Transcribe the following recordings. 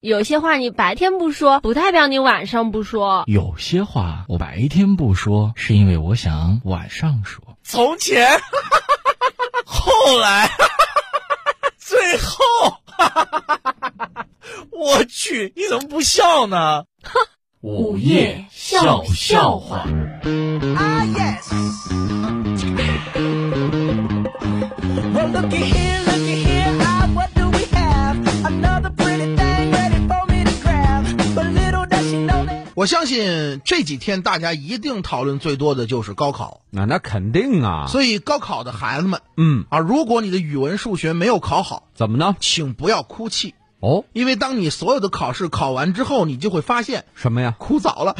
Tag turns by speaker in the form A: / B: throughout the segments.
A: 有些话你白天不说，不代表你晚上不说。
B: 有些话我白天不说，是因为我想晚上说。
C: 从前， 后来， 最后， 我去，你怎么不笑呢？
A: 午夜笑笑话。
D: Ah, yes. Well, looky here, looky here. Ah, what do we have? Another pretty thing ready for me to grab. But little does she know that.
E: 我相信这几天大家一定讨论最多的就是高考，
F: 那那肯定啊，
E: 所以高考的孩子们
F: 嗯，
E: 啊，如果你的语文、数学没有考好，
F: 怎么呢？
E: 请不要哭泣，
F: 哦，
E: 因为当你所有的考试考完之后，你就会发现
F: 什么呀？
E: 枯 燥了。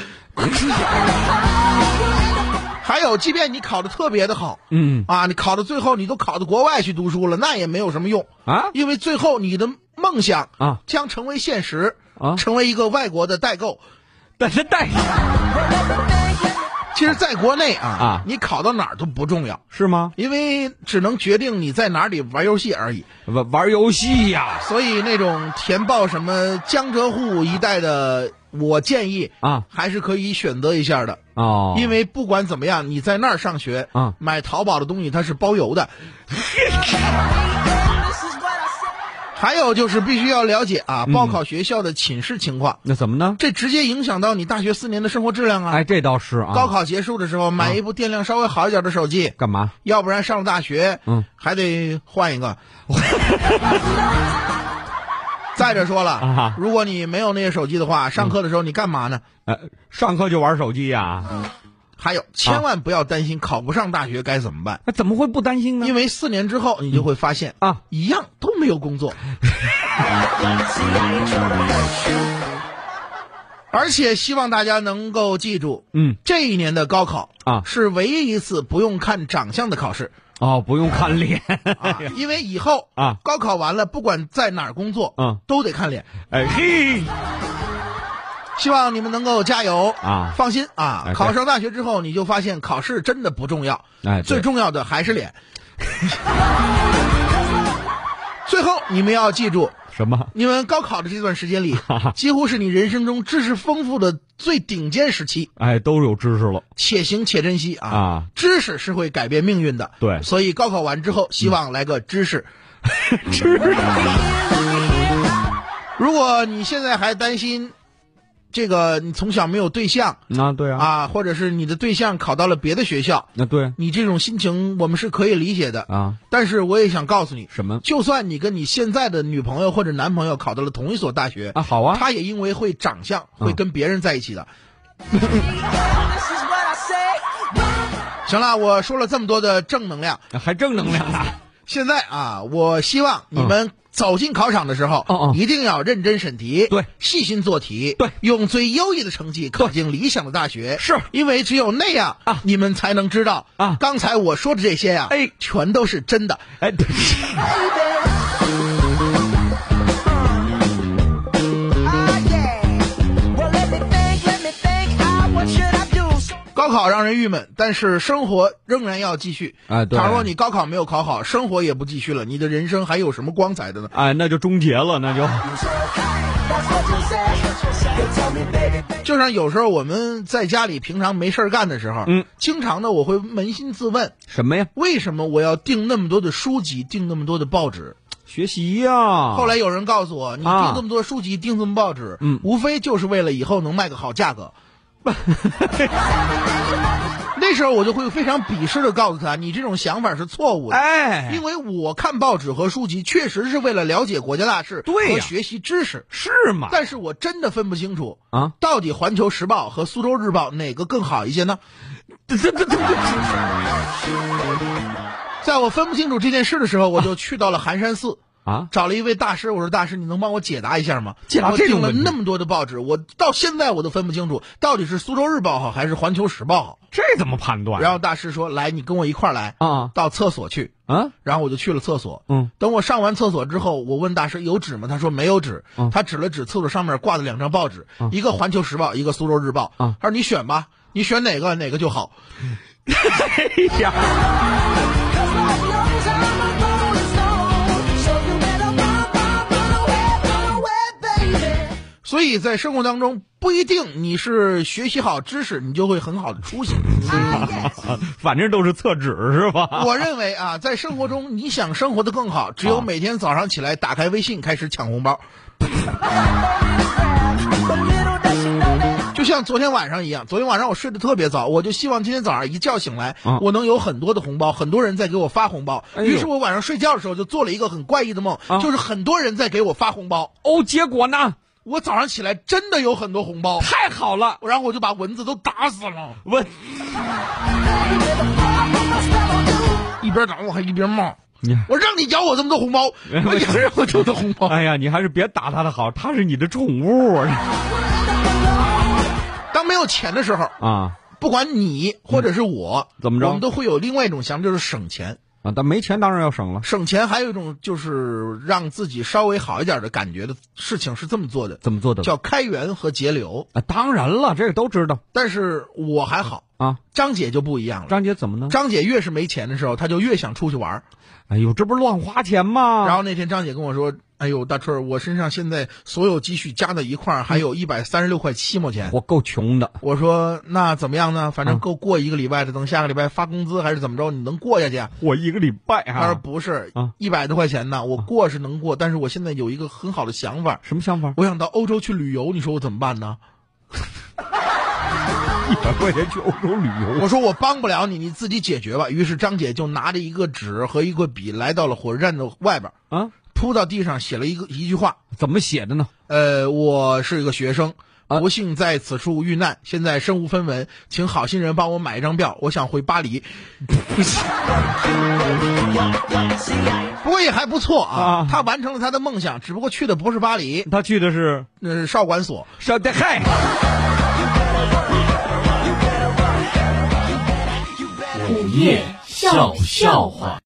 E: 还有，即便你考的特别的好
F: 嗯
E: 啊，你考到最后你都考到国外去读书了，那也没有什么用，
F: 啊
E: 因为最后你的梦想
F: 啊
E: 将成为现实，
F: 啊，
E: 成为一个外国的代购。
F: 但是带
E: 其实，在国内啊，
F: 啊
E: 你考到哪儿都不重要，
F: 是吗？
E: 因为只能决定你在哪里玩游戏而已。
F: 玩玩游戏呀、
E: 所以，那种填报什么江浙沪一带的，我建议
F: 啊
E: 还是可以选择一下的，
F: 哦，
E: 因为不管怎么样，你在那儿上学
F: 啊
E: 买淘宝的东西它是包邮的。
D: This is what I said.
E: 还有就是必须要了解啊，报考学校的寝室情况，
F: 那怎么呢？
E: 这直接影响到你大学四年的生活质量啊。
F: 哎，这倒是啊，
E: 高考结束的时候，买一部电量稍微好一点的手机，
F: 干嘛？
E: 要不然上了大学，
F: 嗯，
E: 还得换一 个。再者说了
F: 啊，嗯
E: 如果你没有那些手机的话，上课的时候你干嘛呢？
F: 呃，上课就玩手机呀、啊
E: 还有，千万不要担心考不上大学该怎么办，
F: 那怎么会不担心呢？
E: 因
F: 为
E: 为四年之后你就会发现，
F: 啊，
E: 一样都没有 工作。而且希望大家能够记住，
F: 嗯，
E: 这一年的高考
F: 啊
E: 是唯一一次不用看长相的考试。
F: 哦，不用看脸，
E: 啊， 因为以后
F: 啊
E: 高考完了，不管在哪儿工作，
F: 嗯，
E: 都得看脸。
F: 哎嘿，
E: 希望你们能够加油
F: 啊
E: 放心啊
F: 哎，
E: 考上大学之后，你就发现考试真的不重要，
F: 哎，对
E: 最重要的还是脸。 最后，你们要记住，
F: 什么？
E: 你们高考的这段时间 里，几乎是你人生中知识丰富的最顶尖时期，
F: 哎，都有知识了
E: 且行且珍惜啊！
F: 啊！
E: 知识是会改变命运的，
F: 对
E: 所以高考完之后，希望来个知识。
F: 知识
E: 如果你现在还担心这个你从小没有对象
F: 啊，对啊，
E: 啊，或者是你的对象考到了别的学校，
F: 那对
E: 你这种心情我们是可以理解的。
F: 啊，
E: 但是我也想告诉你，
F: 什么
E: 就算你跟你现在的女朋友或者男朋友考到了同一所大学，
F: 啊？好啊，
E: 他也因为会长相会跟别人在一起的。
D: This is what I said.
E: 行了，我说了这么多的正能量，
F: 还正能量 呢。
E: 现在啊，我希望你们走进考场的时候，
F: 哦哦
E: 一定要认真审题，
F: 对
E: 细心做题，
F: 对
E: 用最优异的成绩考进理想的大学，
F: 是
E: 因为只有那样
F: 啊
E: 你们才能知道
F: 啊
E: 刚才我说的这些呀、
F: 哎
E: 全都是真的。
F: 哎，对
D: Ah, yeah. Well, let me think, let me think. Ah, what should I do? So
E: 高考让人郁闷，但是生活仍然要继续。
F: 啊对
E: 倘若你高考没有考好，生活也不继续了，你的人生还有什么光彩的呢？
F: 哎，那就终结了，那就
D: that's what you said. You told me, baby, baby.
E: 就像有时候我们在家里平常没事儿干的时候，
F: 嗯，
E: 经常呢我会扪心自问，
F: 什么呀？
E: 为什么我要订那么多的书籍，订那么多的报纸？
F: 学习呀、
E: 后来有人告诉我，你订
F: 啊
E: 这么多书籍，订这么报纸，
F: 嗯
E: 无非就是为了以后能卖个好价 格。那时候我就会非常鄙视的告诉他，你这种想法是错误的。
F: 哎
E: 因，为我看报纸和书籍，确实是为了了解国家大事，
F: 对呀
E: 和学习知识。
F: 是吗？
E: 但是我真的分不清楚
F: 啊，
E: 到底《环球时报》和《苏州日报》哪个更好一些呢？
F: 这这这这
E: 在我分不清楚这件事的时候，我就去到了寒山寺，
F: 啊，
E: 找了一位大师，我说：“大师，你能帮我解答一下吗？”
F: 解答
E: 我
F: 这
E: 订
F: 种
E: 了
F: 问题
E: 那么多的报纸，我到现在我都分不清楚到底是《苏州日报》好还是《环球时报》好。
F: 这怎么判断？
E: 然后大师说：“来，你跟我一块儿来，
F: 啊
E: 到厕所去。”
F: 啊，
E: 然后我就去了厕所。
F: 嗯，
E: 等我上完厕所之后，我问大师有纸吗？他说没有纸。
F: 嗯
E: 他指了指厕所上面挂的两张报纸，一个《环球时报》，一个《苏州日报》。
F: 嗯
E: 他说你选吧，你选哪个哪个就好。
F: 哎呀，
D: Cause like no time ago, it's on. So you better run, run, run away, run away, baby.
E: 所以在生活当中，不一定你是学习好知识，你就会很好的出息。
D: Ah,
F: 嗯 反正都是厕纸是 吧？
E: 我认为啊，在生活中，你想生活的更好，只有
F: 啊
E: 每天早上起来打开微信开始抢红包，
D: But little does she know that.
E: 就像昨天晚上一样。昨天晚上我睡得特别早，我就希望今天早上一觉醒来，
F: 嗯
E: 我能有很多的红包，很多人在给我发红包。
F: 哎呦
E: 于是我晚上睡觉的时候就做了一个很怪异的梦，
F: 啊
E: 就是很多人在给我发红包。
F: 哦，结果呢？
E: 我早上起来真的有很多红包，
F: 太好了，
E: 然后我就把蚊子都打死了，
F: 我
E: 一边打我还一边骂
F: 你。
E: 我让你咬我这么多红包，我咬了我这么多红包。
F: 哎呀，你还是别打他的好，他是你的宠物啊
E: 当没有钱的时候，
F: 啊
E: 不管你或者是我，
F: 嗯怎么着
E: 我们都会有另外一种想法，就是省钱。
F: 啊！但没钱当然要省了，
E: 省钱还有一种就是让自己稍微好一点的感觉的事情是这么做的，
F: 怎么做的？
E: 叫开源和节流。
F: 啊，当然了，这个都知道
E: 但是我还好，
F: 啊。
E: 张姐就不一样了。
F: 张姐怎么呢？
E: 张姐越是没钱的时候，她就越想出去玩儿。
F: 哎呦，这不是乱花钱吗？
E: 然
F: 后
E: 后那天张姐跟我说：“哎呦，大春儿，我身上现在所有积蓄加在一块
F: 嗯
E: 儿，还有一百三十六块七毛钱。”
F: 我够穷的，
E: 我说：“那怎么样呢？反正
F: 嗯
E: 够过一个礼拜的，等下个礼拜发工资还是怎么着？你能过下去啊？”
F: 我一个礼拜
E: 他说
F: 啊，
E: 不是
F: 啊，
E: 一百多块钱呢，我过是能过，但是我现在有一个很好的想法，
F: 什么想法？
E: 我想到欧洲去旅游，你说我怎么办呢？
F: 一百块钱去欧洲旅游，
E: 我说我帮不了你，你自己解决吧。于是张姐就拿着一个纸和一个笔来到了火车站的外边，
F: 啊，
E: 扑到地上写了一个一句话，
F: 怎么写的呢？
E: 呃，我是一个学生。
F: 啊
E: 不幸在此处遇难，现在身无分文，请好心人帮我买一张票，我想回巴黎。 不过也还不错啊
F: 啊，
E: 他完成了他的梦想，只不过去的不是巴黎，
F: 他去的是
E: 那是呃少管所。
F: 上代嗨，
B: 午夜笑笑话。